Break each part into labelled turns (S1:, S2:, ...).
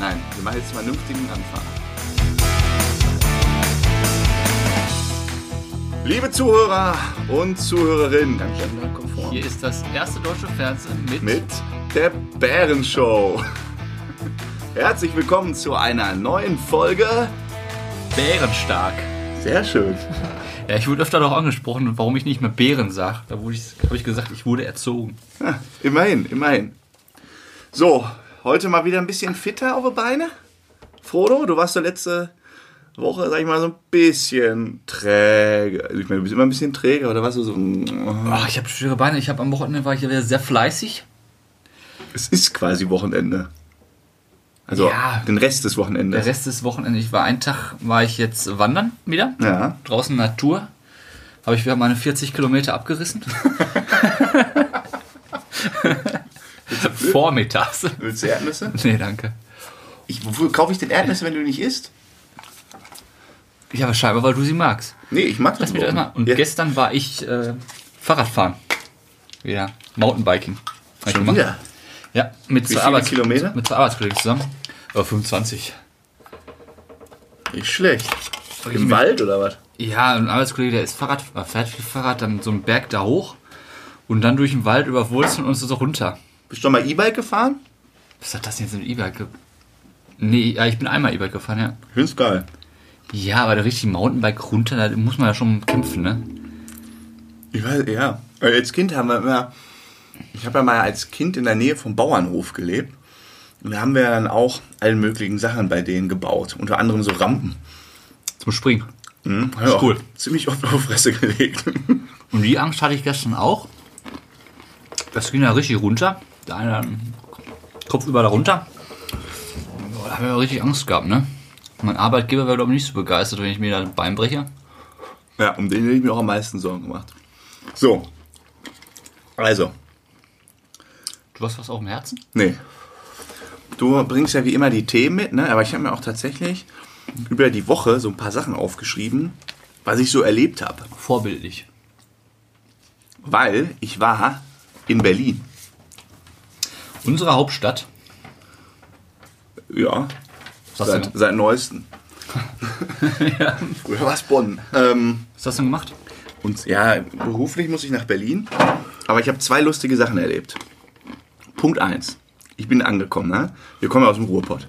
S1: Nein, wir machen jetzt mal einen vernünftigen Anfang. Liebe Zuhörer und Zuhörerinnen, danke an den Komfort.
S2: Hier ist das erste deutsche Fernsehen mit,
S1: mit der Bärenshow. Herzlich willkommen zu einer neuen Folge.
S2: Bärenstark.
S1: Sehr schön.
S2: Ja, ich wurde öfter darauf angesprochen, warum ich nicht mehr Bären sage. Da wurde ich, habe ich gesagt, ich wurde erzogen.
S1: Ja, Ah, immerhin, immerhin. So, heute mal wieder ein bisschen fitter auf die Beine. Frodo, du warst ja letzte Woche, sag ich mal, so ein bisschen träge. Also ich meine, du bist immer ein bisschen träge, oder was? So, oh, so,
S2: Ah, ich habe schwere Beine. Ich habe am Wochenende war ich ja wieder sehr fleißig.
S1: es ist quasi Wochenende. Also
S2: Ja.
S1: den Rest des
S2: Der
S1: Wochenendes.
S2: Rest des Wochenendes, ich war einen Tag, war ich jetzt wandern wieder.
S1: Ja.
S2: Draußen Natur. Habe ich wieder meine 40 Kilometer abgerissen. Vormittags.
S1: Willst du Erdnüsse?
S2: Nee, danke.
S1: Ich, wofür kaufe ich denn Erdnüsse, wenn du nicht isst?
S2: Ja, aber scheinbar, weil du sie magst.
S1: Nee, ich mag
S2: Lass
S1: das
S2: mich doch erstmal. Und
S1: ja,
S2: gestern war ich äh, Fahrradfahren. Ja, Mountainbiking. Hab ich
S1: schon
S2: gemacht.
S1: wieder.
S2: Ja, mit zwei,
S1: viele
S2: Arbeits
S1: Kilometer? Oh,
S2: mit zwei Arbeitskollegen zusammen. Äh, 25.
S1: Nicht schlecht.
S2: ich
S1: Im
S2: mir-
S1: Wald oder was?
S2: Ja, ein Arbeitskollege, der ist Fahrrad, äh, fährt viel Fahrrad, dann so einen Berg da hoch und dann durch den Wald über Wurzeln und so so runter.
S1: Bist du schon mal E-Bike gefahren?
S2: Was hat das denn jetzt mit E-Bike? ge- Nee, ja, ich bin einmal E-Bike gefahren, ja.
S1: Ich find's geil.
S2: Ja, aber der richtige Mountainbike runter, da muss man ja schon kämpfen, ne?
S1: Ich weiß, ja. Weil Als Kind haben wir immer, ich habe ja mal als Kind in der Nähe vom Bauernhof gelebt. Und da haben wir dann auch allen möglichen Sachen bei denen gebaut. Unter anderem so Rampen.
S2: Zum Springen.
S1: Hm? Hab ich auch
S2: cool.
S1: Ziemlich oft auf Fresse gelegt.
S2: Und die Angst hatte ich gestern auch. Das ging ja richtig runter. Der eine hat den Kopf über da runter. Boah, Da habe ich aber richtig Angst gehabt, ne? Mein Arbeitgeber wäre, glaube ich, nicht so begeistert, wenn ich mir da ein Bein breche.
S1: ja, um den hätte ich mir auch am meisten Sorgen gemacht. So. Also,
S2: Du hast was auf dem Herzen?
S1: nee. Du bringst ja wie immer die Themen mit, ne? Aber ich habe mir auch tatsächlich über die Woche so ein paar Sachen aufgeschrieben, was ich so erlebt habe.
S2: Vorbildlich.
S1: Weil ich war in Berlin.
S2: Unsere Hauptstadt.
S1: Ja,
S2: Was hast,
S1: Seit,
S2: du,
S1: seit neuesten. Früher war es Bonn. Ähm,
S2: was hast du denn gemacht?
S1: und ja, beruflich muss ich nach Berlin. Aber ich habe zwei lustige Sachen erlebt. Punkt eins Ich bin angekommen. Ne? Wir kommen ja aus dem Ruhrpott.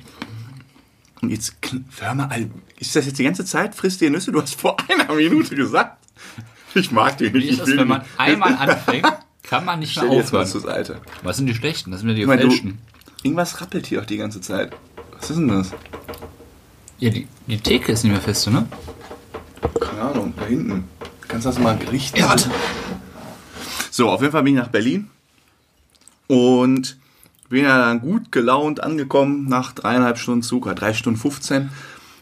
S1: Und jetzt, kn- hör mal, Al- ist das jetzt die ganze Zeit? Frisst ihr Nüsse? Du hast vor einer Minute gesagt. Ich mag die nicht.
S2: Wie ist
S1: ich
S2: das,
S1: will
S2: wenn man
S1: die-
S2: einmal anfängt, kann man nicht mehr
S1: Stell dir jetzt mal
S2: aufhören?
S1: zur Seite.
S2: Was sind die schlechten? Das sind ja die
S1: Ich meine, du,
S2: gefälschten.
S1: irgendwas rappelt hier auch die ganze Zeit. Was ist denn das?
S2: Ja, die, die Theke ist nicht mehr fest, ne?
S1: Keine Ahnung, da hinten. Kannst du das mal richten?
S2: Ja, warte.
S1: So, auf jeden Fall bin ich nach Berlin und bin ja dann gut gelaunt angekommen nach dreieinhalb Stunden Zug, oder drei Stunden 15. Dann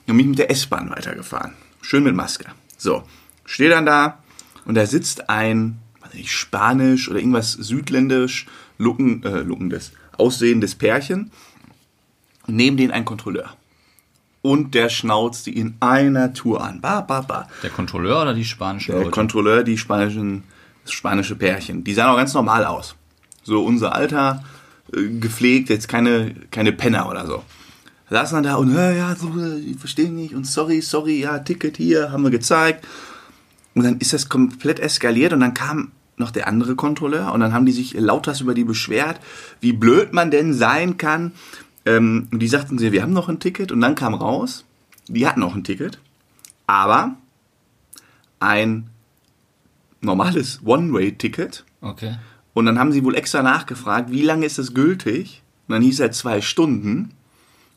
S1: bin ich mit der S-Bahn weitergefahren. Schön mit Maske. So, stehe dann da und da sitzt ein, weiß nicht, spanisch oder irgendwas südländisch lucken, äh, luckendes, aussehendes Pärchen. Neben denen ein Kontrolleur. Und der schnauzt die in einer Tour an. Ba, ba, ba.
S2: Der Kontrolleur oder die spanischen
S1: Der
S2: Leute?
S1: Kontrolleur, die spanischen, das spanische Pärchen. Die sahen auch ganz normal aus. So unser Alter, äh, gepflegt, jetzt keine, keine Penner oder so. Saßen dann da und, ja, ja, so, äh, ich verstehe nicht und sorry, sorry, ja, Ticket hier, haben wir gezeigt. Und dann ist das komplett eskaliert und dann kam noch der andere Kontrolleur und dann haben die sich lauters über die beschwert, wie blöd man denn sein kann. Ähm, und die sagten sie, wir haben noch ein Ticket und dann kam raus, die hatten noch ein Ticket, aber ein normales One-Way-Ticket.
S2: okay.
S1: Und dann haben sie wohl extra nachgefragt, wie lange ist das gültig? Und dann hieß er zwei Stunden.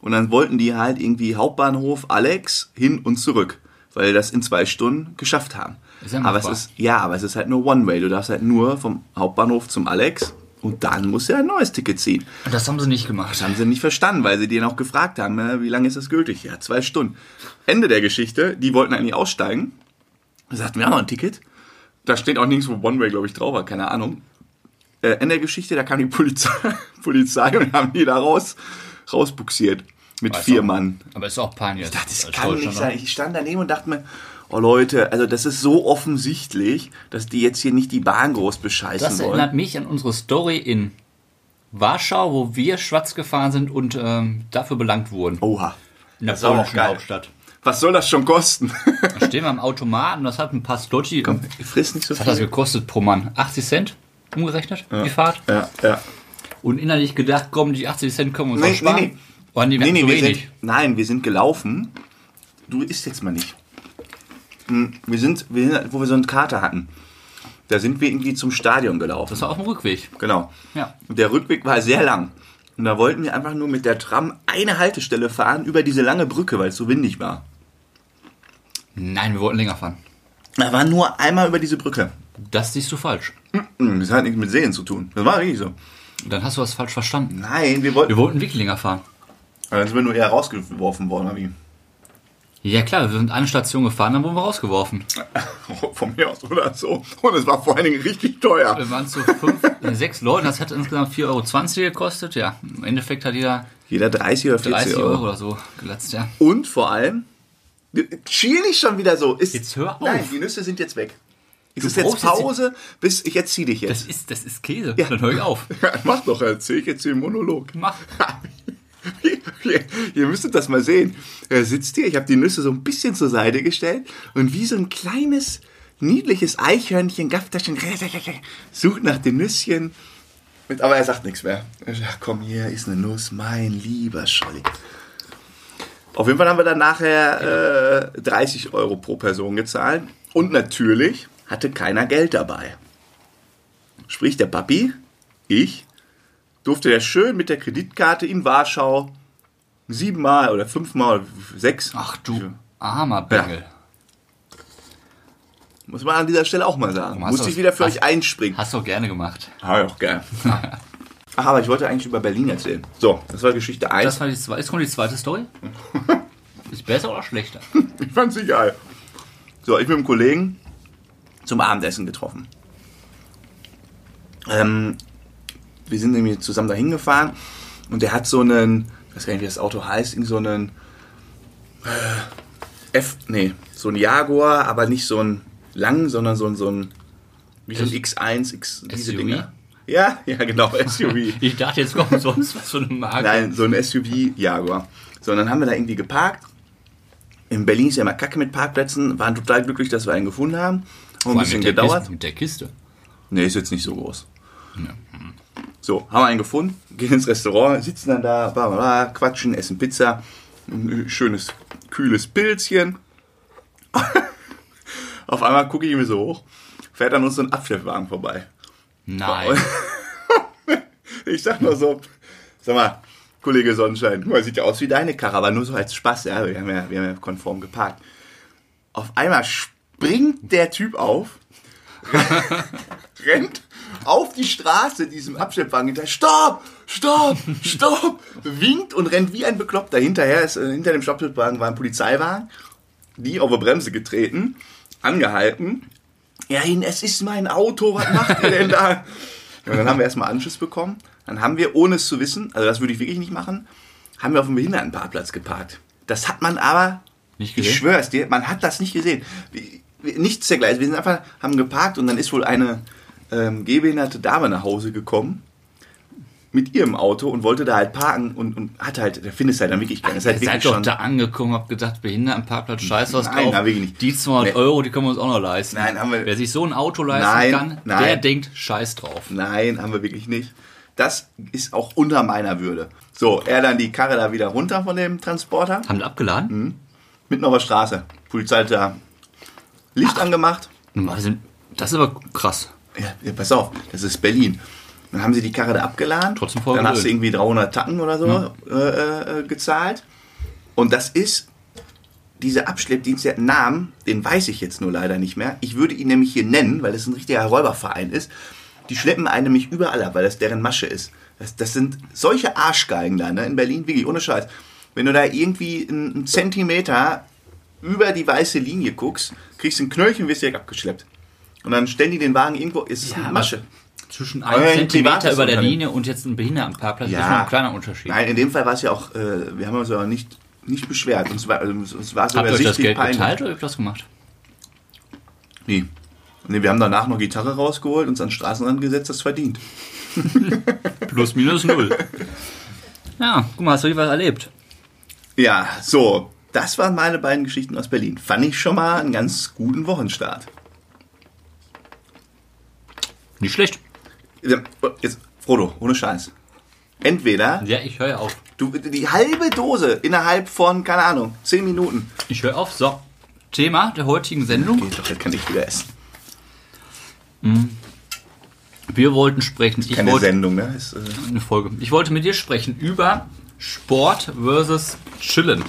S1: Und dann wollten die halt irgendwie Hauptbahnhof Alex hin und zurück, weil die das in zwei Stunden geschafft haben.
S2: Ist ja
S1: aber es
S2: machbar.
S1: ist ja, aber es ist halt nur One Way. Du darfst halt nur vom Hauptbahnhof zum Alex und dann musst du ja ein neues Ticket ziehen.
S2: Und das haben sie nicht gemacht.
S1: Das haben sie nicht verstanden, weil sie den auch gefragt haben, ne, wie lange ist das gültig? Ja, zwei Stunden. Ende der Geschichte, die wollten eigentlich aussteigen. Da sagten wir haben noch ein Ticket. Da steht auch nirgendwo One Way, glaube ich, drauf, aber keine Ahnung. Äh, Ende der Geschichte, da kam die Polizei, Polizei und haben die da raus, rausbuxiert. Mit
S2: Weiß
S1: vier
S2: auch.
S1: Mann.
S2: Aber ist auch Pan jetzt.
S1: Ach, das
S2: Als
S1: kann nicht
S2: Deutscher,
S1: sein.
S2: ne?
S1: Ich stand daneben und dachte mir, oh Leute, also das ist so offensichtlich, dass die jetzt hier nicht die Bahn groß bescheißen
S2: Das
S1: wollen.
S2: erinnert mich an unsere Story in Warschau, wo wir schwarz gefahren sind und ähm, dafür belangt wurden.
S1: Oha.
S2: In der
S1: ist aber auch
S2: polnischen
S1: geil.
S2: Hauptstadt.
S1: Was soll das schon kosten?
S2: Da stehen wir am Automaten, das hat ein paar Slotti.
S1: Komm,
S2: Was
S1: friss nicht so
S2: hat das
S1: viel.
S2: gekostet pro Mann? 80 Cent umgerechnet, die Fahrt.
S1: Ja, ja.
S2: Und innerlich gedacht, komm, die 80 Cent können wir uns
S1: Nee,
S2: auch sparen.
S1: nee, nee.
S2: Oh, nee, wir
S1: Nee,
S2: hatten
S1: nee,
S2: zu
S1: wir
S2: wenig.
S1: sind, nein, wir sind gelaufen. Du isst jetzt mal nicht. Hm, Wir sind, wir, sind- wo wir so einen Kater hatten, da sind wir irgendwie zum Stadion gelaufen.
S2: Das war auf dem Rückweg.
S1: Genau.
S2: Ja.
S1: Und der Rückweg war sehr lang. Und da wollten wir einfach nur mit der Tram eine Haltestelle fahren über diese lange Brücke, weil es so windig war.
S2: Nein, wir wollten länger fahren.
S1: Da war nur einmal über diese Brücke.
S2: Das siehst du falsch.
S1: Hm, Das hat nichts mit Sehen zu tun. Das war wirklich so.
S2: Dann hast du was falsch verstanden.
S1: Nein, wir wollten.
S2: Wir wollten wirklich länger fahren.
S1: Dann sind wir nur eher rausgeworfen worden, oder wie?
S2: Ja klar, wir sind eine Station gefahren, dann wurden wir rausgeworfen.
S1: Von mir aus oder so. Und es war vor allen Dingen richtig teuer.
S2: Wir waren zu fünf, äh, sechs Leuten, das hat insgesamt 4,20 Euro gekostet. Ja, im Endeffekt hat jeder
S1: Jeder 30 oder 40
S2: 30
S1: Euro.
S2: Euro oder so gelatzt, ja.
S1: Und vor allem, chill nicht schon wieder so. Ist,
S2: Jetzt hör auf.
S1: Nein, die Nüsse sind jetzt weg. Es ist jetzt
S2: brauchst jetzt die-
S1: Pause, bis ich jetzt zieh dich
S2: Das
S1: jetzt.
S2: ist, das ist Käse. Dann hör ich auf.
S1: Mach doch, erzähl ich jetzt den Monolog.
S2: Mach.
S1: Ihr- Ihr müsstet das mal sehen. Er sitzt hier, ich habe die Nüsse so ein bisschen zur Seite gestellt und wie so ein kleines, niedliches Eichhörnchen gafft er schon, sucht nach den Nüsschen. Mit, aber er sagt nichts mehr. Er sagt, komm hier, ist eine Nuss, mein lieber Scholli. Auf jeden Fall haben wir dann nachher äh, 30 Euro pro Person gezahlt. Und natürlich hatte keiner Geld dabei. Sprich, der Papi, ich, durfte er schön mit der Kreditkarte in Warschau siebenmal oder fünfmal, sechs.
S2: Ach du armer Bengel.
S1: Muss man an dieser Stelle auch mal sagen.
S2: hast
S1: Muss
S2: du-
S1: ich wieder für
S2: hast-
S1: euch einspringen.
S2: Hast du auch gerne gemacht.
S1: Ah, auch geil. Ach, aber ich wollte eigentlich über Berlin erzählen. So, das war Geschichte 1.
S2: Das war die zweite, jetzt kommt die zweite Story. Ist besser oder schlechter?
S1: Ich fand's egal. So, ich mit dem Kollegen zum Abendessen getroffen. Ähm, wir sind irgendwie zusammen dahin gefahren und der hat so einen, ich weiß gar nicht, wie das Auto heißt, irgend so einen äh, F, nee, so ein Jaguar, aber nicht so ein lang, sondern so ein, so ein, wie so ein
S2: S-
S1: X1, X, diese
S2: SUV?
S1: Dinger. Ja, ja, genau, SUV.
S2: Ich dachte, jetzt kommt sonst was von einem Markt.
S1: Nein, so ein SUV-Jaguar. So, und dann haben wir da irgendwie geparkt. In Berlin ist ja immer Kacke mit Parkplätzen. Waren total glücklich, dass wir einen gefunden haben. Haben ein
S2: Vor allem
S1: bisschen
S2: mit der
S1: gedauert.
S2: Kiste, mit der Kiste.
S1: Nee, ist jetzt nicht so groß. So, haben wir einen gefunden, gehen ins Restaurant, sitzen dann da, bla bla bla, quatschen, essen Pizza, ein schönes, kühles Pilzchen. Auf einmal gucke ich mir so hoch, fährt an uns so ein Abschleppwagen vorbei.
S2: Nein.
S1: Ich sag nur so, sag mal, Kollege Sonnenschein, guck mal, sieht ja aus wie deine Karre, aber nur so als Spaß, ja, wir haben ja, wir haben ja konform geparkt. Auf einmal springt der Typ auf, rennt auf die Straße diesem Abschleppwagen hinterher, stopp, stopp, stopp, winkt und rennt wie ein Bekloppter hinterher, ist, äh, hinter dem Abschleppwagen war ein Polizeiwagen, die auf die Bremse getreten, angehalten, ja, hin, es ist mein Auto, was macht ihr denn da? Und dann haben wir erstmal Anschiss bekommen. Dann haben wir, ohne es zu wissen, also das würde ich wirklich nicht machen, haben wir auf dem Behindertenparkplatz geparkt. Das hat man aber,
S2: Nicht
S1: ich
S2: gesehen?
S1: schwör's dir, man hat das nicht gesehen. Wir- wir- Nichts dergleichen. Wir sind einfach, haben geparkt und dann ist wohl eine ähm, gehbehinderte Dame nach Hause gekommen mit ihrem Auto und wollte da halt parken und, und hat halt, da findest du halt dann wirklich keinen. Das ist
S2: Ihr
S1: halt
S2: seid
S1: wirklich
S2: doch
S1: schon,
S2: da angekommen, hab gedacht, behindert am Parkplatz, scheiß was
S1: Nein,
S2: drauf.
S1: na, wirklich nicht.
S2: Die 200
S1: Nee.
S2: Euro, die können wir uns auch noch leisten.
S1: Nein, haben wir-
S2: Wer sich so ein Auto leisten
S1: Nein,
S2: kann,
S1: nein.
S2: der denkt, scheiß drauf.
S1: Nein, haben wir wirklich nicht. Das ist auch unter meiner Würde. So, er dann die Karre da wieder runter von dem Transporter.
S2: Haben wir
S1: Mhm.
S2: abgeladen?
S1: Mitten auf der Straße. Polizei hat da Licht angemacht.
S2: Wahnsinn. Das ist aber krass.
S1: Ja, ja, pass auf, das ist Berlin. Dann haben sie die Karre da abgeladen.
S2: Trotzdem voll
S1: Dann hast du
S2: Öl.
S1: irgendwie 300 Tacken oder so äh, äh, gezahlt. Und das ist, dieser Abschleppdienst, der hat einen Namen, den weiß ich jetzt nur leider nicht mehr. Ich würde ihn nämlich hier nennen, weil das ein richtiger Räuberverein ist. Die schleppen einen nämlich überall ab, weil das deren Masche ist. Das, das sind solche Arschgeigen da ne, in Berlin, wirklich, ohne Scheiß. Wenn du da irgendwie einen einen Zentimeter über die weiße Linie guckst, kriegst du einen Knöllchen und wirst direkt abgeschleppt. Und dann stellen die den Wagen irgendwo, es ist eine
S2: aber-
S1: Masche.
S2: Zwischen
S1: Aber
S2: einem
S1: ein
S2: Zentimeter
S1: privates
S2: über der
S1: Unternehmen.
S2: Linie und jetzt ein Behindert am Parkplatz ist
S1: Ja.
S2: schon ein kleiner Unterschied.
S1: Nein, in dem Fall war es ja auch, äh, wir haben uns ja auch nicht, nicht beschwert. Uns war, also, uns war sogar
S2: Habt ihr euch das
S1: sichtlich
S2: Geld
S1: peinlich.
S2: geteilt oder habt ihr das gemacht?
S1: Nee. Nee, wir haben danach noch Gitarre rausgeholt, uns an den Straßenrand gesetzt, das verdient.
S2: Plus, minus null. Ja, guck mal, hast du wirklich was erlebt.
S1: Ja, so, das waren meine beiden Geschichten aus Berlin. Fand ich schon mal einen ganz guten Wochenstart.
S2: Nicht schlecht.
S1: oh, Jetzt, Frodo, ohne Scheiß. Entweder
S2: Ja, ich höre auf.
S1: du, die halbe Dose innerhalb von, keine Ahnung, 10 Minuten.
S2: Ich höre auf. So. Thema der heutigen Sendung.
S1: Geht doch, jetzt kann ich wieder essen.
S2: Wir wollten sprechen. Ich
S1: Keine
S2: wollte
S1: Sendung, ne? Ist, äh,
S2: eine Folge. Ich wollte mit dir sprechen über Sport versus Chillen.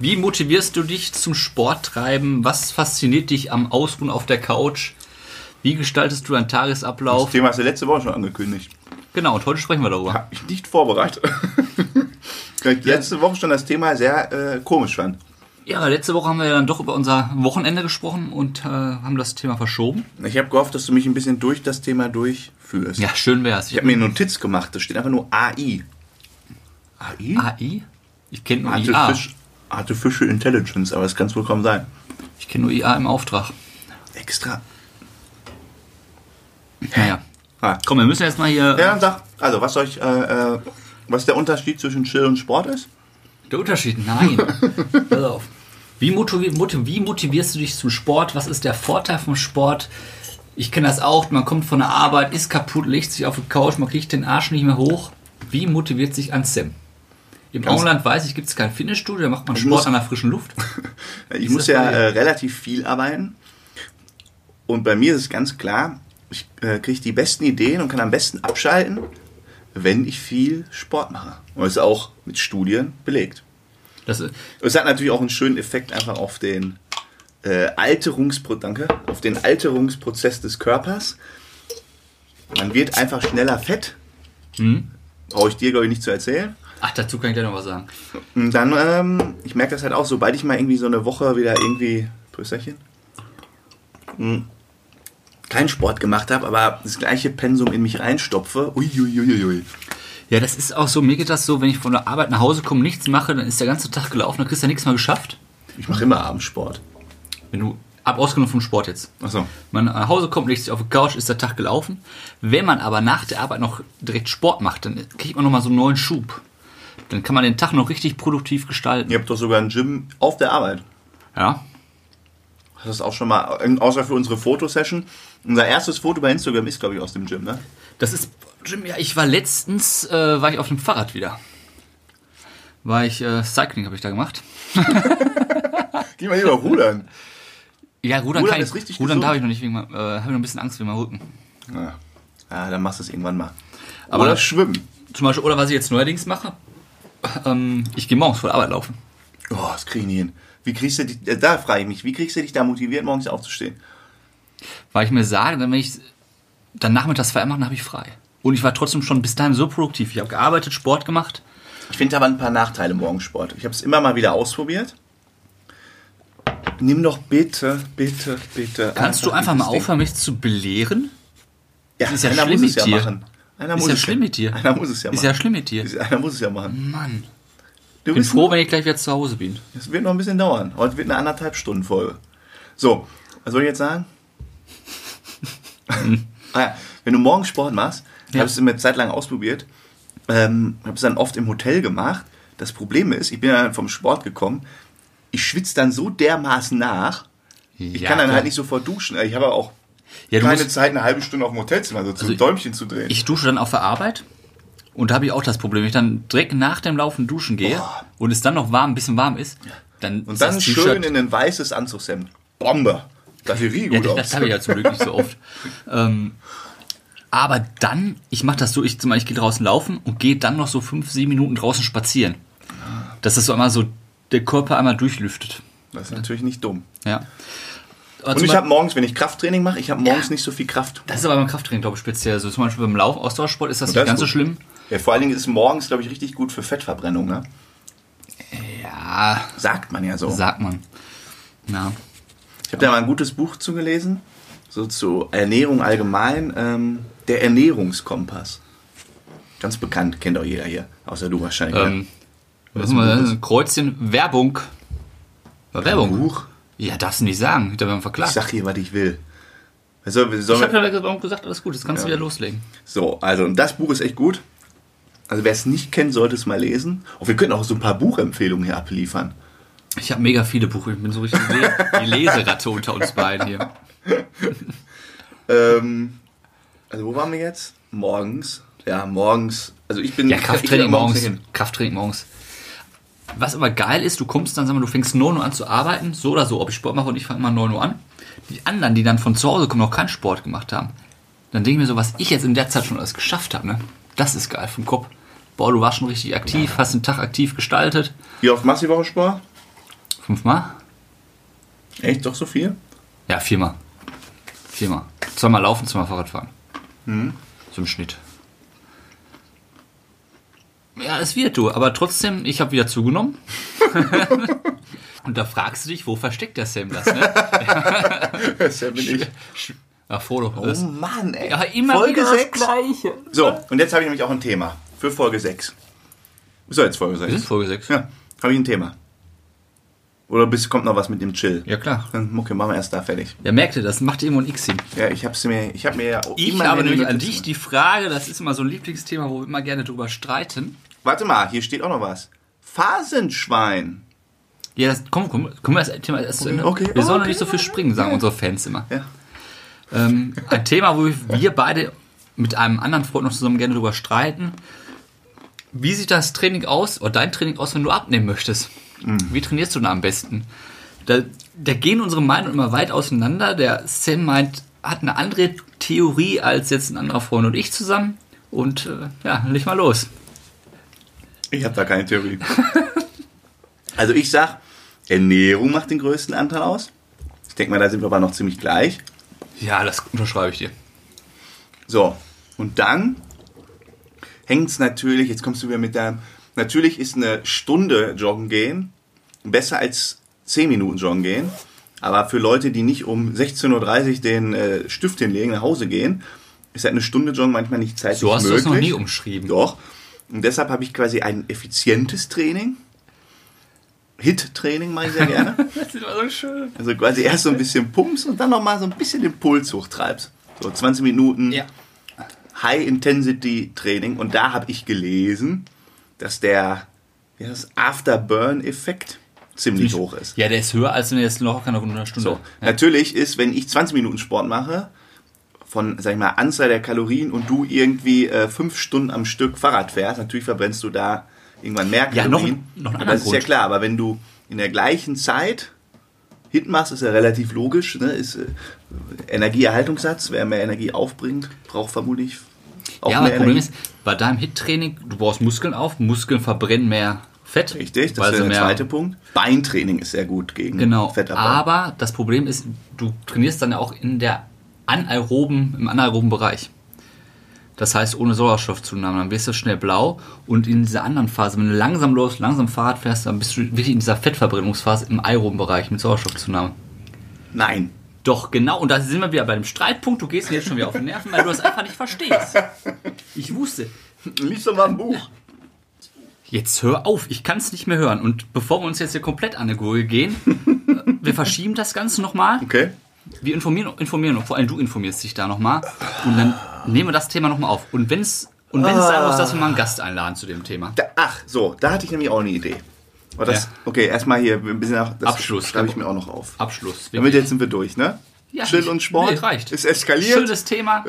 S2: Wie motivierst du dich zum Sport treiben? Was fasziniert dich am Ausruhen auf der Couch? Wie gestaltest du deinen
S1: das
S2: Tagesablauf?
S1: Thema hast du letzte Woche schon angekündigt.
S2: Genau, und heute sprechen wir darüber.
S1: Hab ich nicht vorbereitet. Weil ich letzte Woche schon das Thema sehr äh, komisch fand.
S2: Ja, letzte Woche haben wir ja dann doch über unser Wochenende gesprochen und äh, haben das Thema verschoben.
S1: Ich habe gehofft, dass du mich ein bisschen durch das Thema durchführst.
S2: Ja, schön wär's.
S1: Ich habe mir eine Notiz gemacht, da steht einfach nur AI. AI?
S2: AI? Ich kenne nur IA.
S1: Artific
S2: ah.
S1: Artificial Intelligence, aber es kann es wohl kaum sein.
S2: Ich kenne nur IA im Auftrag.
S1: Extra.
S2: Naja.
S1: Ah.
S2: Komm, wir müssen jetzt mal hier.
S1: Ja, dann sag, also was soll ich, äh, äh, was der Unterschied zwischen Chill und Sport ist?
S2: Der Unterschied? Nein. Pass auf. Wie, motivi motiv wie motivierst du dich zum Sport? Was ist der Vorteil vom Sport? Ich kenne das auch. Man kommt von der Arbeit, ist kaputt, legt sich auf die Couch, man kriegt den Arsch nicht mehr hoch. Wie motiviert sich ein Sim? Im
S1: Ganz-
S2: Auenland weiß ich, gibt es kein Fitnessstudio, da macht man
S1: muss-
S2: Sport an der frischen Luft.
S1: Ich
S2: Ist
S1: muss
S2: das
S1: ja
S2: bei dir?
S1: äh, relativ viel arbeiten. Und bei mir ist es ganz klar, ich äh, kriege die besten Ideen und kann am besten abschalten, wenn ich viel Sport mache. Und das ist auch mit Studien belegt.
S2: Das, ist-
S1: Und es hat natürlich auch einen schönen Effekt einfach auf den äh, Alterungspro danke, auf den Alterungsprozess des Körpers. Man wird einfach schneller fett. Brauche ich dir, glaube ich, nicht zu erzählen.
S2: ach, dazu kann ich gleich noch was sagen.
S1: Und dann, ähm, ich merke das halt auch, sobald ich mal irgendwie so eine Woche wieder irgendwie, Prösterchen, Hm, keinen Sport gemacht habe, aber das gleiche Pensum in mich reinstopfe, uiuiuiui.
S2: Ja, das ist auch so. Mir geht das so, wenn ich von der Arbeit nach Hause komme, nichts mache, dann ist der ganze Tag gelaufen, dann kriegst du ja nichts mehr geschafft.
S1: Ich mache immer Abendsport.
S2: Wenn du, ab ausgenommen vom Sport jetzt.
S1: Achso.
S2: Man nach Hause kommt, legt sich auf die Couch, ist der Tag gelaufen. Wenn man aber nach der Arbeit noch direkt Sport macht, dann kriegt man nochmal so einen neuen Schub. Dann kann man den Tag noch richtig produktiv gestalten.
S1: Ihr habt doch sogar ein Gym auf der Arbeit.
S2: Ja.
S1: Das ist auch schon mal, ähm, außer für unsere Fotosession. Unser erstes Foto bei Instagram ist, glaube ich, aus dem Gym, ne?
S2: Das ist, Jim, ja, ich war letztens, äh, war ich auf dem Fahrrad wieder. War ich, äh, Cycling habe ich da gemacht.
S1: Geh mal lieber rudern.
S2: Ja, Rudern,
S1: Rudern
S2: kann
S1: ist
S2: ich,
S1: richtig
S2: Rudern
S1: gesund.
S2: darf ich noch nicht, wegen, meinem- äh, habe ich noch ein bisschen Angst wegen meinem Rücken.
S1: Ja, ah, dann machst du es irgendwann mal.
S2: Aber-
S1: Oder schwimmen.
S2: Zum Beispiel, oder was ich jetzt neuerdings mache, ähm, ich gehe morgens vor der Arbeit laufen.
S1: Oh, das krieg ich nicht hin. Wie kriegst du dich, äh, da frage ich mich, wie kriegst du dich da motiviert, morgens aufzustehen?
S2: Weil ich mir sage, dann, wenn ich dann nachmittags frei mache, dann habe ich frei. Und ich war trotzdem schon bis dahin so produktiv. Ich habe gearbeitet, Sport gemacht.
S1: Ich finde aber ein paar Nachteile im Morgensport. Ich habe es immer mal wieder ausprobiert. Nimm doch bitte, bitte, bitte.
S2: Kannst du einfach mal
S1: dieses Ding.
S2: aufhören, mich zu belehren?
S1: Ja,
S2: Ist ja
S1: einer
S2: schlimm
S1: muss es
S2: mit
S1: ja
S2: dir.
S1: machen. Einer
S2: Ist
S1: muss
S2: ja
S1: es
S2: schlimm mit dir.
S1: Einer muss es ja
S2: Ist
S1: machen.
S2: ja Hm. schlimm mit dir.
S1: Ist- Einer muss es ja machen.
S2: Mann,
S1: Du
S2: ich bin
S1: bist
S2: froh, wenn ich gleich wieder zu Hause bin.
S1: Es wird noch ein bisschen dauern. Heute wird eine anderthalb Stunden Folge. So, was soll ich jetzt sagen? ah ja, wenn du morgens Sport machst,
S2: Ja.
S1: habe ich es mir eine Zeit lang ausprobiert, ähm, habe es dann oft im Hotel gemacht. Das Problem ist, ich bin dann halt vom Sport gekommen, ich schwitze dann so dermaßen nach, ich kann dann halt nicht sofort duschen. Ich habe auch
S2: Ja, du
S1: keine
S2: musst,
S1: Zeit, eine halbe Stunde auf dem Hotelzimmer, so zum
S2: Also ich-
S1: Däumchen zu drehen.
S2: ich dusche dann auf der Arbeit und da habe ich auch das Problem. Wenn ich dann direkt nach dem Laufen duschen gehe
S1: Boah.
S2: und es dann noch warm, ein bisschen warm ist, dann
S1: Und
S2: ist
S1: dann
S2: das
S1: schön in ein weißes Anzugshemd. Bombe! Das sieht richtig
S2: Ja,
S1: gut
S2: das,
S1: aus.
S2: das habe ich ja zum Glück nicht so oft. Ähm, aber dann, ich mache das so, ich zum Beispiel, ich gehe draußen laufen und gehe dann noch so fünf, sieben Minuten draußen spazieren. Dass das so einmal so der Körper einmal durchlüftet.
S1: Das ist natürlich nicht dumm.
S2: Ja. Aber
S1: Und
S2: zum
S1: ich
S2: Beispiel-
S1: habe morgens, wenn ich Krafttraining mache, ich habe morgens nicht so viel Kraft.
S2: das ist aber beim Krafttraining, glaube ich, speziell so. Zum Beispiel beim Lauf, Ausdauersport ist das nicht
S1: Das ist
S2: ganz so
S1: gut.
S2: schlimm.
S1: Ja, vor allen Dingen ist morgens, glaube ich, richtig gut für Fettverbrennung. Ne?
S2: Ja,
S1: Sagt man ja so.
S2: sagt man. Ja.
S1: ich habe da mal ein gutes Buch zugelesen, so zu Ernährung allgemein, ähm, der Ernährungskompass. Ganz bekannt, kennt auch jeder hier, außer du wahrscheinlich. ne?
S2: Ähm,
S1: Das
S2: was
S1: ist
S2: haben wir
S1: ein
S2: da?
S1: gutes-
S2: Kreuzchen, Werbung. War Werbung.
S1: Buch.
S2: Ja, darfst du nicht sagen. Da werden wir verklagt.
S1: Ich sag hier, was ich will. Weißt du, sollen
S2: Ich
S1: wir-
S2: habe ja gesagt, alles gut, jetzt kannst du wieder loslegen.
S1: So, also und das Buch ist echt gut. Also wer es nicht kennt, sollte es mal lesen. Und wir können auch so ein paar Buchempfehlungen hier abliefern.
S2: Ich habe mega viele Buch. Ich bin so richtig die- die Leseratte unter uns beiden hier.
S1: Ähm, also wo waren wir jetzt? Morgens. Ja, morgens. Also ich bin
S2: Ja, Krafttraining
S1: ich bin
S2: morgens.
S1: nicht hin.
S2: Krafttraining morgens. Was aber geil ist, du kommst dann, sag mal, du fängst 9 Uhr an zu arbeiten, so oder so, ob ich Sport mache und ich fange immer 9 Uhr an. Die anderen, die dann von zu Hause kommen, noch keinen Sport gemacht haben, dann denke ich mir so, was ich jetzt in der Zeit schon alles geschafft habe, ne? Das ist geil vom Kopf. Boah, du warst schon richtig aktiv, hast den Tag aktiv gestaltet.
S1: Wie oft machst du die Woche Sport?
S2: Fünfmal?
S1: Echt, doch so viel?
S2: Ja, viermal. Viermal. Zweimal laufen, zweimal Fahrrad fahren. So im Schnitt. Ja, es wird du, aber trotzdem, ich habe wieder zugenommen. Und da fragst du dich, wo versteckt der Sam das, ne?
S1: Das bin ich.
S2: Ach, Frodo.
S1: Oh
S2: das-
S1: Mann, ey.
S2: Also, Ja, immer
S1: Folge
S2: wieder
S1: sechs.
S2: das Gleiche.
S1: So, und jetzt habe ich nämlich auch ein Thema für Folge 6. Ist ja jetzt Folge
S2: Wir sind
S1: 6.
S2: Folge 6.
S1: Ja, habe ich ein Thema. Oder bis, kommt noch was mit dem Chill?
S2: Ja, klar.
S1: Dann, okay, machen wir erst da fertig.
S2: Ja, merkt ihr das? Macht irgendwo ein X hin.
S1: Ja, ich hab's mir, ich hab mir ja
S2: Ich
S1: immer
S2: habe
S1: eine
S2: nämlich an
S1: Notiz
S2: dich
S1: gemacht.
S2: die Frage, das ist immer so ein Lieblingsthema, wo wir immer gerne drüber streiten.
S1: Warte mal, hier steht auch noch was. Phasenschwein.
S2: Ja, das, komm, komm, können wir das Thema erst zu Ende?
S1: Okay.
S2: Wir sollen
S1: Okay.
S2: doch nicht so viel springen, sagen unsere Fans immer.
S1: Ja.
S2: Ähm, ein Thema, wo wir beide mit einem anderen Freund noch zusammen gerne drüber streiten. Wie sieht das Training aus, oder dein Training aus, wenn du abnehmen möchtest? Wie trainierst du denn am besten? Da, da gehen unsere Meinungen immer weit auseinander. Der Sam meint, hat eine andere Theorie als jetzt ein anderer Freund und ich zusammen. Und äh, ja, leg mal los.
S1: Ich habe da keine Theorie. also ich sag, Ernährung macht den größten Anteil aus. Ich denke mal, da sind wir aber noch ziemlich gleich.
S2: Ja, das unterschreibe ich dir.
S1: So, und dann hängt es natürlich, jetzt kommst du wieder mit deinem, natürlich ist eine Stunde joggen gehen besser als 10 Minuten joggen gehen. Aber für Leute, die nicht um 16.30 Uhr den äh, Stift hinlegen, nach Hause gehen, ist halt eine Stunde joggen manchmal nicht zeitlich
S2: So hast du
S1: möglich.
S2: das noch nie umschrieben.
S1: Doch. Und deshalb habe ich quasi ein effizientes Training. Hit-Training mache ich sehr gerne.
S2: Das ist immer so schön.
S1: Also quasi erst so ein bisschen pumpst und dann nochmal so ein bisschen den Puls hochtreibst. So 20 Minuten
S2: Ja.
S1: High-Intensity-Training. Und da habe ich gelesen, dass der wie heißt das, Afterburn-Effekt ziemlich hoch ist.
S2: Ja, der ist höher, als wenn du jetzt noch keine Runde Stunde.
S1: So, natürlich ist, wenn ich 20 Minuten Sport mache, von, sag ich mal, Anzahl der Kalorien und du irgendwie äh, fünf Stunden am Stück Fahrrad fährst, natürlich verbrennst du da irgendwann mehr
S2: Ja, noch-
S1: Kalorien.
S2: noch einen
S1: Aber
S2: anderen
S1: das ist ja
S2: Grund.
S1: klar, aber wenn du in der gleichen Zeit Hit machst, ist ja relativ logisch, ne? ist äh, Energieerhaltungssatz, wer mehr Energie aufbringt, braucht vermutlich auch
S2: ja, aber
S1: mehr
S2: das Problem
S1: Energie.
S2: ist, bei deinem HIT-Training, du baust Muskeln auf, Muskeln verbrennen mehr Fett.
S1: Richtig, das
S2: weil
S1: ist
S2: sie
S1: der
S2: mehr,
S1: zweite Punkt. Beintraining ist sehr gut gegen
S2: Genau.
S1: Fettabbau.
S2: Aber das Problem ist, du trainierst dann ja auch in der anaeroben, im anaeroben Bereich. Das heißt, ohne Sauerstoffzunahme, dann wirst du schnell blau. Und in dieser anderen Phase, wenn du langsam los, langsam Fahrrad fährst, dann bist du wirklich in dieser Fettverbrennungsphase im aeroben Bereich mit Sauerstoffzunahme.
S1: Nein,
S2: Doch, genau. Und da sind wir wieder bei dem Streitpunkt. Du gehst mir jetzt schon wieder auf den Nerven, weil du das einfach nicht verstehst. Ich wusste,
S1: lies doch mal ein Buch.
S2: Jetzt hör auf, ich kann es nicht mehr hören. Und bevor wir uns jetzt hier komplett an die Gurgel gehen, äh, wir verschieben das Ganze nochmal.
S1: Okay.
S2: Wir informieren, informieren und vor allem du informierst dich da nochmal. Und dann nehmen wir das Thema nochmal auf. Und wenn es und wenn es sein muss, dass wir mal einen Gast einladen zu dem Thema.
S1: Da, ach, so, da hatte ich nämlich auch eine Idee. Aber das,
S2: Ja.
S1: Okay, erstmal hier ein bisschen nach, das
S2: Abschluss.
S1: schreibe ich mir auch noch auf.
S2: Abschluss.
S1: Damit jetzt sind wir durch, ne?
S2: Ja,
S1: Chill und Sport.
S2: nee, reicht.
S1: Ist eskaliert. Äh,
S2: Schönes Thema.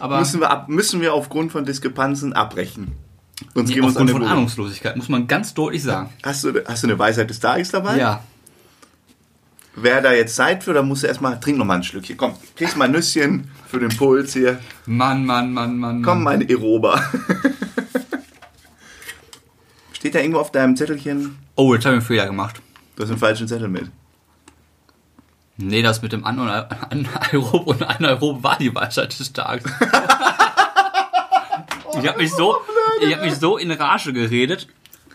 S2: Aber
S1: müssen, wir ab, müssen wir aufgrund von Diskrepanzen abbrechen. Sonst
S2: nee,
S1: gehen wir uns an
S2: aufgrund
S1: den
S2: von
S1: Boden.
S2: Ahnungslosigkeit muss man ganz deutlich sagen.
S1: Hast du, hast du eine Weisheit des Tages dabei?
S2: Ja.
S1: Wer da jetzt Zeit für, dann musst du erstmal, trink noch mal ein Schlückchen. Komm, kriegst mal ein Nüsschen für den Puls hier.
S2: Mann, Mann, Mann, Mann.
S1: Komm,
S2: Mann.
S1: mein Erober. Steht da irgendwo auf deinem Zettelchen?
S2: Oh, jetzt haben wir einen Fehler gemacht.
S1: Du hast einen falschen Zettel mit.
S2: Nee, das mit dem An- und Anaerob und Anaerob war die Weisheit des Tages. ich habe mich, so, ich hab mich so in Rage geredet,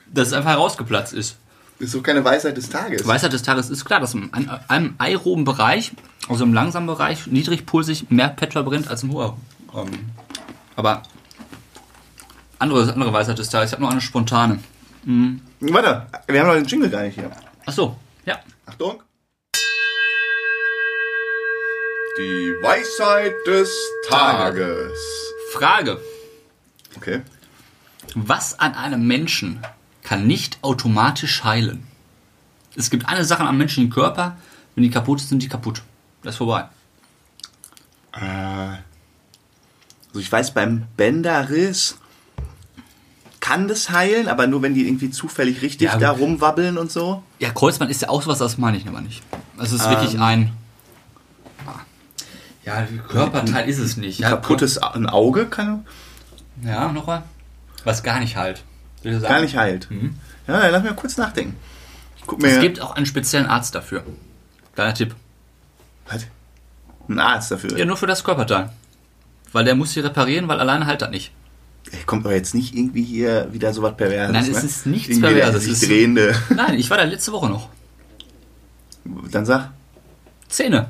S2: dass es einfach herausgeplatzt ist.
S1: Das ist doch keine Weisheit des Tages.
S2: Weisheit des Tages ist klar, dass im an- einem aeroben Bereich, also im langsamen Bereich, niedrigpulsig mehr Pet verbrennt als im hoher. Ähm, aber andere, andere Weisheit des Tages, ich habe nur eine spontane.
S1: Warte, wir haben noch den Jingle gar nicht hier.
S2: Ach so, ja.
S1: Achtung. Die Weisheit des Tages.
S2: Frage.
S1: Okay.
S2: Was an einem Menschen kann nicht automatisch heilen? Es gibt eine Sache am menschlichen Körper, wenn die kaputt sind, sind die kaputt. Das ist vorbei.
S1: Also ich weiß, beim Bänderriss kann das heilen, aber nur wenn die irgendwie zufällig richtig
S2: Ja, aber-
S1: da rumwabbeln und so.
S2: Ja, Kreuzband ist ja auch sowas, das meine ich aber nicht. Also Es ist wirklich ein. Ähm. Ja, Körperteil ist es nicht.
S1: Ein kaputtes Au- ein Auge kann
S2: Ja, nochmal. Was gar nicht halt. Soll ich das
S1: gar
S2: sagen?
S1: nicht heilt. Ja, dann lass mir kurz nachdenken. Ich guck mir
S2: Mhm. Es gibt auch einen speziellen Arzt dafür. Kleiner Tipp.
S1: Was? einen Arzt dafür.
S2: Ja, nur für das Körperteil. Weil der muss sie reparieren, weil alleine halt das nicht.
S1: Ey, Kommt aber jetzt nicht irgendwie hier wieder so was Perverses.
S2: Nein, es
S1: ne?
S2: ist nichts
S1: irgendwie
S2: Perverses,
S1: Sich
S2: es ist-
S1: drehende.
S2: Nein, ich war da letzte Woche noch.
S1: Dann sag,
S2: Zähne.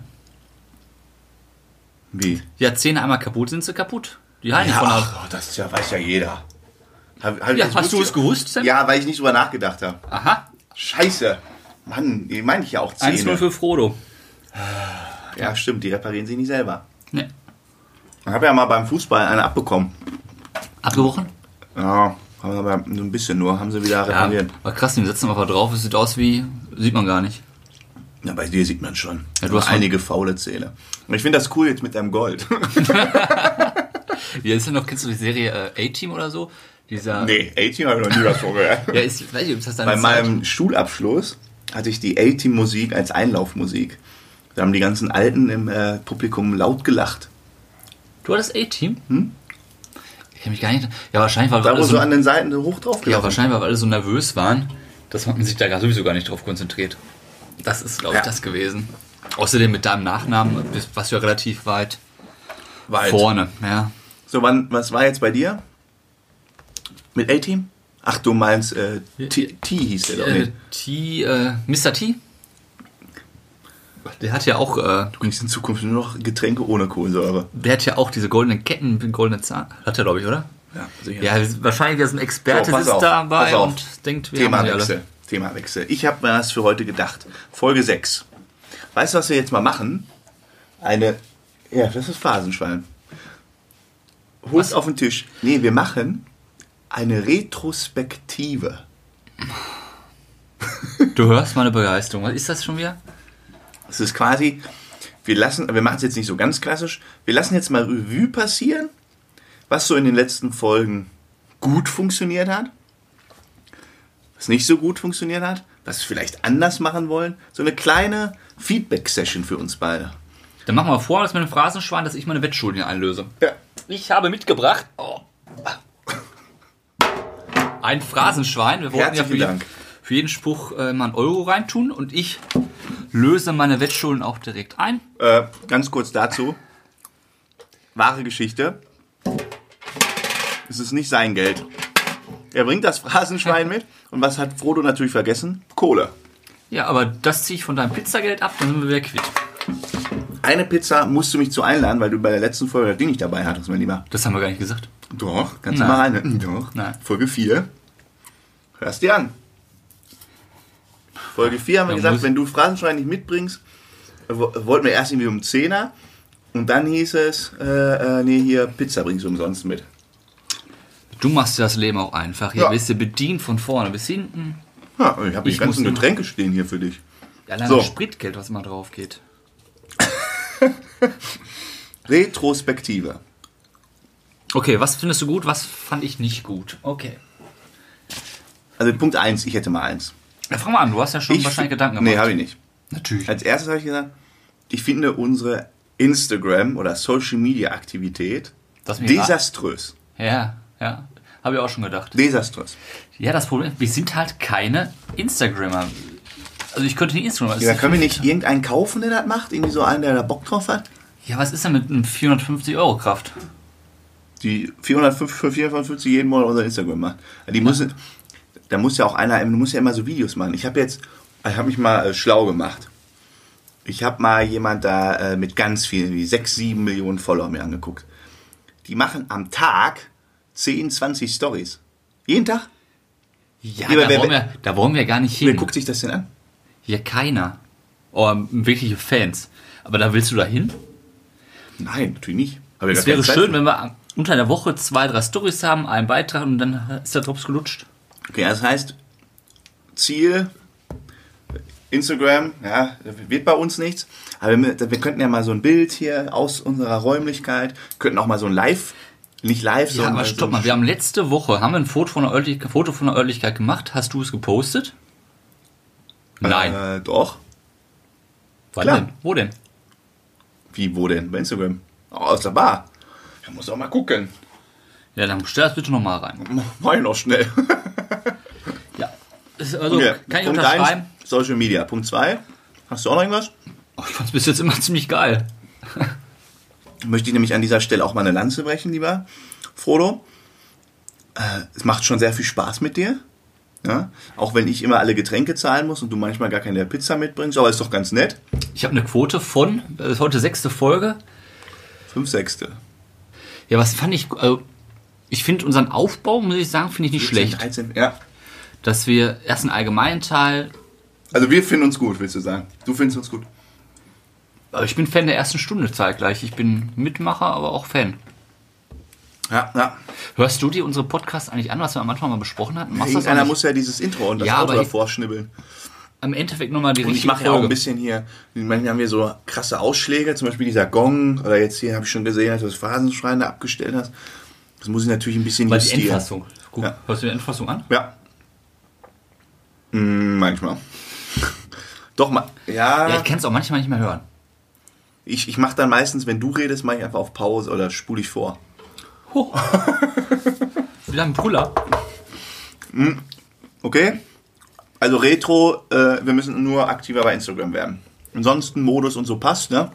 S1: wie?
S2: Ja, Zähne einmal kaputt sind sie kaputt. Die heilen
S1: Ja,
S2: von der
S1: ach, oh, das ist ja, weiß ja jeder. Hab- hab-
S2: Ja,
S1: das
S2: hast du
S1: wusste-
S2: es gewusst, Sam?
S1: Ja, weil ich nicht drüber nachgedacht habe.
S2: Aha.
S1: Scheiße. Mann, die meine ich ja auch
S2: 1-0
S1: Zähne.
S2: für Frodo.
S1: Ja, stimmt, die reparieren sie nicht selber.
S2: Ne.
S1: Ich habe ja mal beim Fußball eine abbekommen.
S2: Abgebrochen?
S1: Ja, aber so ein bisschen nur, haben sie wieder
S2: Ja.
S1: repariert.
S2: War krass, den setzen wir einfach drauf. Es sieht aus wie. Sieht man gar nicht.
S1: Ja, bei dir sieht man schon. Also
S2: Ja, du hast
S1: einige faule Zähne. Und ich finde das cool jetzt mit deinem Gold.
S2: Ja, ist ja noch, kennst du die Serie äh, A-Team oder so? Dieser.
S1: nee, A-Team habe ich noch nie was von gehört.
S2: Ja, ist, weiß ich, ob das deine
S1: Bei
S2: Zeit-
S1: meinem Schulabschluss hatte ich die A-Team-Musik als Einlaufmusik. Da haben die ganzen Alten im äh, Publikum laut gelacht.
S2: Du hattest A-Team? Hm? Ich kenne mich gar nicht. Ja, wahrscheinlich, weil wir
S1: Da wo
S2: alle so,
S1: so an den Seiten so hoch drauf
S2: ja,
S1: gelacht.
S2: wahrscheinlich, weil wir alle so nervös waren, dass man sich da gar sowieso gar nicht drauf konzentriert. Das ist, glaube ich,
S1: Ja.
S2: das gewesen. Außerdem mit deinem Nachnamen bist- warst du ja relativ weit
S1: Weit.
S2: vorne. Ja.
S1: So, wann, was war jetzt bei dir? Mit A-Team? Ach, du meinst, äh, T, T hieß der doch
S2: Äh,
S1: nicht.
S2: T, äh, Mr. T? Der hat ja auch, äh,
S1: Du kriegst in Zukunft nur noch Getränke ohne Kohlensäure.
S2: der hat ja auch diese goldenen Ketten, den goldenen Zahn. Hat er, glaube ich, oder?
S1: Ja, sicher.
S2: Ja, wahrscheinlich ist ein Experte
S1: So, pass
S2: sitzt
S1: auf, pass
S2: dabei
S1: auf.
S2: und denkt, wir haben sie alle.
S1: Themawechsel. Themawechsel. Ich habe mir das für heute gedacht. Folge 6. Weißt du, was wir jetzt mal machen? Eine. Ja, das ist Phasenschwein. Holst
S2: Was?
S1: auf den Tisch. Nee, wir machen eine Retrospektive.
S2: Du hörst meine Begeisterung. Was ist das schon wieder?
S1: Es ist quasi, wir lassen, wir machen es jetzt nicht so ganz klassisch, wir lassen jetzt mal Revue passieren, was so in den letzten Folgen gut funktioniert hat, was nicht so gut funktioniert hat, was wir vielleicht anders machen wollen. So eine kleine Feedback-Session für uns beide.
S2: Dann machen wir vor, dass mit einem Phrasenschwein, dass ich meine Wettschulden einlöse.
S1: Ja.
S2: Ich habe mitgebracht. Oh. Ein Phrasenschwein. Wir wollten ja
S1: Herzlichen
S2: für, jeden-
S1: Dank.
S2: für jeden Spruch äh, mal einen Euro reintun und ich löse meine Wettschulden auch direkt ein.
S1: Äh, ganz kurz dazu. Wahre Geschichte. Es ist nicht sein Geld. Er bringt das Phrasenschwein mit. Und was hat Frodo natürlich vergessen? Kohle.
S2: Ja, aber das ziehe ich von deinem Pizzageld ab, dann sind wir wieder quitt.
S1: Eine Pizza musst du mich zu einladen, weil du bei der letzten Folge das Ding nicht dabei hattest, mein Lieber.
S2: Das haben wir gar nicht gesagt.
S1: Doch, kannst
S2: Nein.
S1: du mal rein. Doch.
S2: Nein.
S1: Folge 4. Hörst dir an. Folge 4 haben wir
S2: Ja,
S1: gesagt,
S2: muss-
S1: wenn du Phrasenschwein nicht mitbringst, äh, wo- wollten wir erst irgendwie um 10er und dann hieß es, äh, äh, nee, hier, Pizza bringst du umsonst mit.
S2: Du machst dir das Leben auch einfach. Hier
S1: Ja.
S2: bist du bedient von vorne bis hinten.
S1: Ja, ich habe die
S2: Ich
S1: ganzen
S2: muss-
S1: Getränke stehen hier für dich.
S2: Allein
S1: So.
S2: das Spritgeld, was immer drauf geht.
S1: Retrospektive.
S2: Okay, was findest du gut, was fand ich nicht gut? Okay.
S1: Also Punkt 1, ich hätte mal 1.
S2: Ja, fang mal an, du hast ja schon wahrscheinlich Gedanken gemacht.
S1: Nee, habe ich Äh, nicht.
S2: Natürlich.
S1: Als erstes habe ich gesagt, ich finde unsere Instagram- oder Social-Media-Aktivität
S2: Das mir
S1: desaströs.
S2: Ja, ja. Habe ich auch schon gedacht.
S1: Desaströs.
S2: Ja, das Problem, wir sind halt keine Instagrammer. Also ich könnte nicht Instagrammer.
S1: Ja, können wir nicht irgendeinen kaufen, der das macht? Irgendwie so einen, der da Bock drauf hat?
S2: Ja, was ist denn mit einem 450 Euro Kraft?
S1: Die 454 jeden Monat unser Instagram macht. Die müssen, da muss ja auch einer, du musst ja immer so Videos machen. Ich habe jetzt, ich habe mich mal äh, schlau gemacht. Ich habe mal jemand da äh, mit ganz vielen, wie 6, 7 Millionen Follower mir angeguckt. Die machen am Tag 10, 20 Stories. Jeden Tag?
S2: Ja,
S1: aber
S2: da,
S1: wer-
S2: wollen wir, da wollen wir gar nicht
S1: Wer
S2: hin.
S1: guckt sich das denn an?
S2: Ja, keiner. Oh, wirkliche Fans. Aber da willst du da hin?
S1: Nein, natürlich nicht. Hab ja
S2: Es
S1: gar keine
S2: wäre
S1: Zeit
S2: schön,
S1: für.
S2: wenn wir unter der Woche zwei, drei Stories haben, einen Beitrag und dann ist der Drops gelutscht.
S1: Okay, also das heißt, Ziel, Instagram, ja, wird bei uns nichts. Aber wir, wir könnten ja mal so ein Bild hier aus unserer Räumlichkeit, könnten auch mal so ein Live, nicht live,
S2: Ja,
S1: sondern
S2: aber
S1: so
S2: stopp
S1: ein-
S2: mal, also wir haben letzte Woche haben wir ein Foto von der Örtlichkeit, Foto von der Örtlichkeit gemacht. Hast du es gepostet? Nein.
S1: Äh, doch.
S2: Wann
S1: klar.
S2: denn? Wo denn?
S1: Wie, wo denn? Bei Instagram? Oh, aus der Bar. Ich muss auch mal gucken.
S2: Ja, dann bestell das bitte nochmal rein.
S1: Mach ich noch schnell.
S2: Ja. Ist Also, kann ich
S1: Punkt
S2: unterschreiben?
S1: eins, Social Media. Punkt 2. Hast du auch noch irgendwas?
S2: Oh, ich fand's bis jetzt immer ziemlich geil.
S1: möchte ich nämlich an dieser Stelle auch mal eine Lanze brechen, lieber Frodo. Äh, es macht schon sehr viel Spaß mit dir. Ja? Auch wenn ich immer alle Getränke zahlen muss und du manchmal gar keine Pizza mitbringst, aber ist doch ganz nett.
S2: Ich habe eine Quote von, das ist heute sechste Folge.
S1: Fünf Sechste.
S2: Ja, was fand ich, also, ich finde unseren Aufbau, muss ich sagen, finde ich nicht schlecht.
S1: 13, ja.
S2: Dass wir erst einen allgemeinen Teil,
S1: Also wir finden uns gut, willst du sagen. Du findest uns gut.
S2: aber also ich bin Fan der ersten Stunde zeitgleich. Ich bin Mitmacher, aber auch Fan.
S1: Ja, ja.
S2: Hörst du dir unsere Podcasts eigentlich an, was wir am Anfang mal besprochen hatten? Machst du das
S1: Irgendeiner
S2: eigentlich?
S1: muss ja dieses Intro und das
S2: Ja,
S1: Auto
S2: aber-
S1: davor schnibbeln.
S2: am Endeffekt nochmal die
S1: Und ich
S2: richtige
S1: mache ja auch ein
S2: Folge.
S1: bisschen hier, manchmal haben wir so krasse Ausschläge, zum Beispiel dieser Gong, oder jetzt hier habe ich schon gesehen, dass du das Phrasenschreien da abgestellt hast. Das muss ich natürlich ein bisschen
S2: Mal die
S1: justieren.
S2: Endfassung. Guck,
S1: Ja.
S2: hörst du die Endfassung an?
S1: Ja. Mm, manchmal. Doch, ma ja.
S2: Ja, ich kann es auch manchmal nicht mehr hören.
S1: ich ich mache dann meistens, wenn du redest, mache ich einfach auf Pause oder spule ich vor.
S2: Huh. Wieder ein Puller.
S1: Okay? Also Retro, äh, wir müssen nur aktiver bei Instagram werden. Ansonsten Modus und so passt, ne?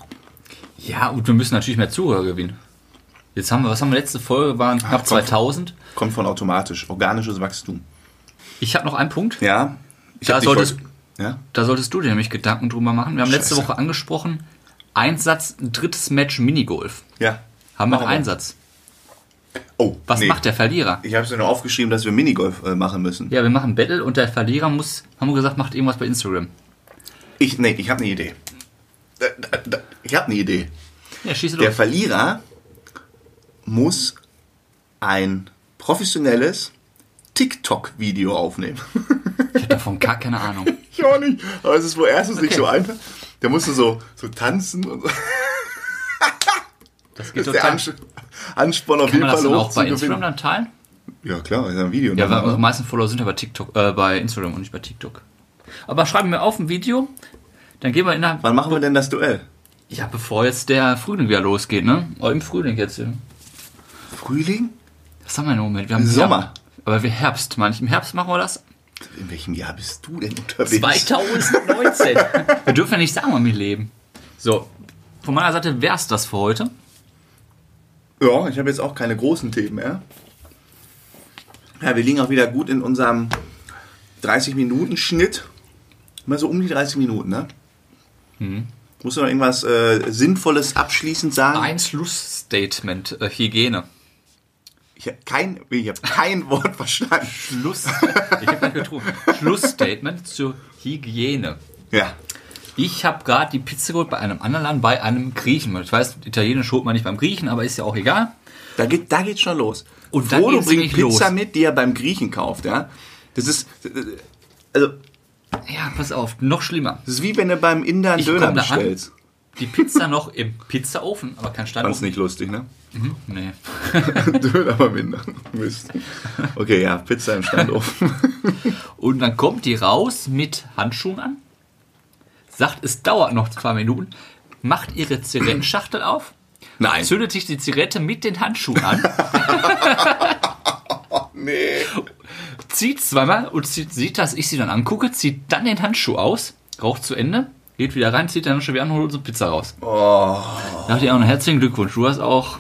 S2: Ja, und wir müssen natürlich mehr Zuhörer gewinnen. Jetzt haben wir, was haben wir letzte Folge, waren knapp
S1: Ah, komm.
S2: 2000.
S1: Kommt von automatisch. Organisches Wachstum.
S2: Ich habe noch einen Punkt.
S1: Ja. Ich
S2: Da
S1: hab dich
S2: solltest-
S1: voll- Ja?
S2: Da solltest du dir nämlich Gedanken drüber machen. Wir haben letzte
S1: Scheiße.
S2: Woche angesprochen, Einsatz, ein drittes Match Minigolf.
S1: Ja.
S2: Haben wir
S1: Machen
S2: einen
S1: wir.
S2: Einsatz.
S1: Oh,
S2: Was
S1: nee.
S2: macht der Verlierer?
S1: Ich habe es ja nur aufgeschrieben, dass wir Minigolf äh, machen müssen.
S2: Ja, wir machen Battle und der Verlierer muss, haben wir gesagt, macht irgendwas bei Instagram.
S1: Ich, nee, ich habe eine Idee. Da, da, da, ich habe eine Idee.
S2: Ja, schieße
S1: Der
S2: los.
S1: Verlierer muss ein professionelles TikTok-Video aufnehmen.
S2: Ich habe davon gar keine Ahnung.
S1: Ich auch nicht. Aber es ist wohl erstens nicht
S2: Okay.
S1: so einfach. Der musste so, so tanzen und so.
S2: Das geht
S1: Das ist der
S2: total.
S1: Ans Ansporn auf
S2: Kann
S1: jeden
S2: man das
S1: Fall
S2: dann
S1: hoch
S2: auch
S1: zu
S2: bei
S1: gewinnen.
S2: Instagram dann teilen?
S1: Ja klar, ist ja ein Video.
S2: Ja,
S1: ne?
S2: weil unsere meisten Follower sind ja bei TikTok, äh, bei Instagram und nicht bei TikTok. Aber schreiben wir auf ein Video, dann gehen wir innerhalb.
S1: Wann machen wir denn das Duell?
S2: Ja, bevor jetzt der Frühling wieder losgeht, ne? Oh, im Frühling jetzt. ja.
S1: Frühling?
S2: Was haben wir im Moment? Wir haben
S1: Sommer.
S2: Ja, aber wir Herbst, manch. Im Herbst machen wir das.
S1: In welchem Jahr bist du denn unterwegs?
S2: 2019. wir dürfen ja nicht sagen, wann wir leben. So, von meiner Seite wär's das für heute.
S1: Ja, ich habe jetzt auch keine großen Themen mehr. Ja, wir liegen auch wieder gut in unserem 30-Minuten-Schnitt. Immer so um die 30 Minuten, ne?
S2: Mhm.
S1: Musst du noch irgendwas äh, Sinnvolles abschlussend sagen?
S2: Ein Schlussstatement, äh, Hygiene.
S1: Ich habe kein, ich hab kein Wort verstanden.
S2: Schluss. Ich hab gleich getrunken. Schlussstatement zur Hygiene.
S1: Ja.
S2: Ich habe gerade die Pizza geholt bei einem anderen Laden, bei einem Griechen. Ich weiß, Italienisch holt man nicht beim Griechen, aber ist ja auch egal.
S1: Da geht da geht's schon los.
S2: Und dann
S1: Frodo
S2: geht's
S1: bringt
S2: nämlich
S1: Pizza
S2: los.
S1: mit, die er beim Griechen kauft, ja? Das ist also
S2: Ja, pass auf, noch schlimmer.
S1: das ist wie wenn du beim Inder einen
S2: Ich
S1: Döner
S2: komm da an.
S1: bestellst.
S2: Die Pizza noch im Pizzaofen, aber kein
S1: Fand's
S2: Standofen.
S1: nicht lustig, ne?
S2: Nee.
S1: Döner beim Inder. Mist. Okay, ja, Pizza im Standofen.
S2: Und dann kommt die raus mit Handschuhen an, sagt, es dauert noch zwei Minuten, macht ihre Zigarettenschachtel auf,
S1: Nein.
S2: zündet sich die Zigarette mit den Handschuhen an,
S1: Nee.
S2: zieht zweimal und zieht, sieht, dass ich sie dann angucke, zieht dann den Handschuh aus, raucht zu Ende, geht wieder rein, zieht den Handschuh wieder an und holt unsere Pizza raus.
S1: Oh,
S2: Dachte ich auch noch herzlichen Glückwunsch. Du hast auch.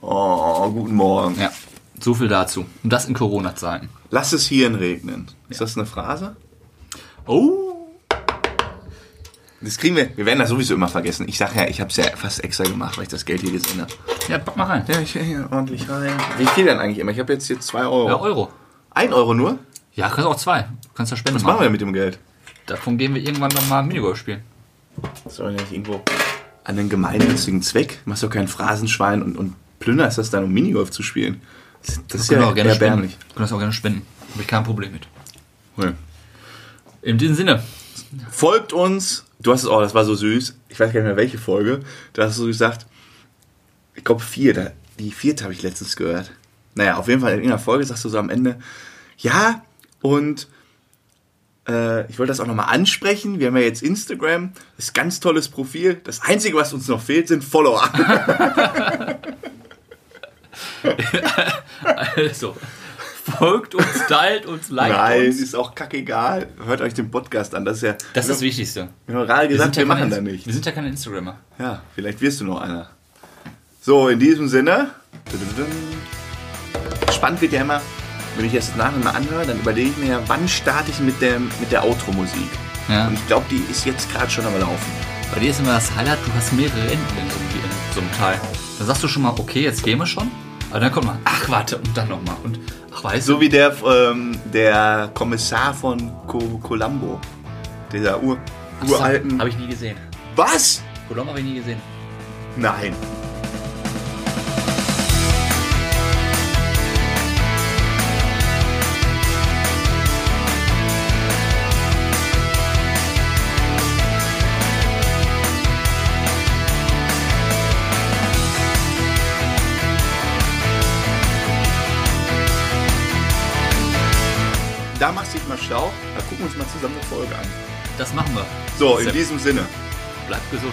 S1: oh, guten Morgen.
S2: Ja, so viel dazu. Und das in Corona-Zeiten.
S1: Lass es Hirn regnen. Ist das eine Phrase?
S2: Oh!
S1: Das kriegen wir. Wir werden das sowieso immer vergessen. Ich sag ja, ich hab's ja fast extra gemacht, weil ich das Geld hier gesehen habe.
S2: Ja, pack mal rein.
S1: Ja, ich hänge hier ordentlich rein. Wie viel denn eigentlich immer? Ich habe jetzt hier 2 Euro.
S2: Ja, Euro.
S1: Ein Euro nur?
S2: Ja, kannst auch zwei. Du kannst ja Spende
S1: Was machen wir
S2: machen.
S1: denn mit dem Geld?
S2: Davon gehen wir irgendwann nochmal Minigolf spielen.
S1: Soll ich irgendwo. an einen gemeinnützigen Zweck. Du machst doch kein Phrasenschwein und, und plünderst das dann, um Minigolf zu spielen. Das, das ist
S2: Können wir
S1: ja
S2: auch gerne spenden.
S1: erbärmlich.
S2: Können wir das auch gerne spenden. Habe ich kein Problem mit.
S1: Ja.
S2: In diesem Sinne.
S1: Folgt uns. Du hast es, oh, das war so süß. Ich weiß gar nicht mehr welche Folge. Da hast du so gesagt, ich glaube vier, da, die vierte habe ich letztens gehört. Naja, auf jeden Fall in irgendeiner Folge sagst du so am Ende, ja, und äh, ich wollte das auch nochmal ansprechen. Wir haben ja jetzt Instagram, das ist ein ganz tolles Profil. Das Einzige, was uns noch fehlt, sind Follower.
S2: Also, folgt uns, teilt uns, liked
S1: Nein,
S2: uns.
S1: ist auch kackegal. Hört euch den Podcast an. Das ist ja.
S2: Das ist das Wichtigste.
S1: wir haben gerade gesagt, wir,
S2: ja
S1: machen
S2: keine-
S1: da nicht.
S2: Wir sind ja keine Instagrammer.
S1: Ja, vielleicht wirst du noch einer. So, in diesem Sinne. Spannend wird ja immer, wenn ich das nachher mal anhöre, dann überlege ich mir ja, wann starte ich mit der, mit der Outro-Musik.
S2: Ja.
S1: Und ich glaube, die ist jetzt gerade schon am Laufen.
S2: Bei dir ist immer das Highlight, du hast mehrere Enden in so, einem- in so einem Teil. Dann sagst du schon mal, okay, jetzt gehen wir schon. Aber dann kommt man, ach warte, und dann nochmal. Und ach weißt du,
S1: So wie der, ähm, der Kommissar von Co Columbo. Dieser Ur uralten.
S2: Habe ich nie gesehen.
S1: Was?
S2: Colombo habe ich nie gesehen.
S1: Nein. Da machst du dich mal schlau, da gucken wir uns mal zusammen eine Folge an.
S2: Das machen wir.
S1: So, in
S2: Sehr-
S1: diesem Sinne.
S2: Bleibt gesund.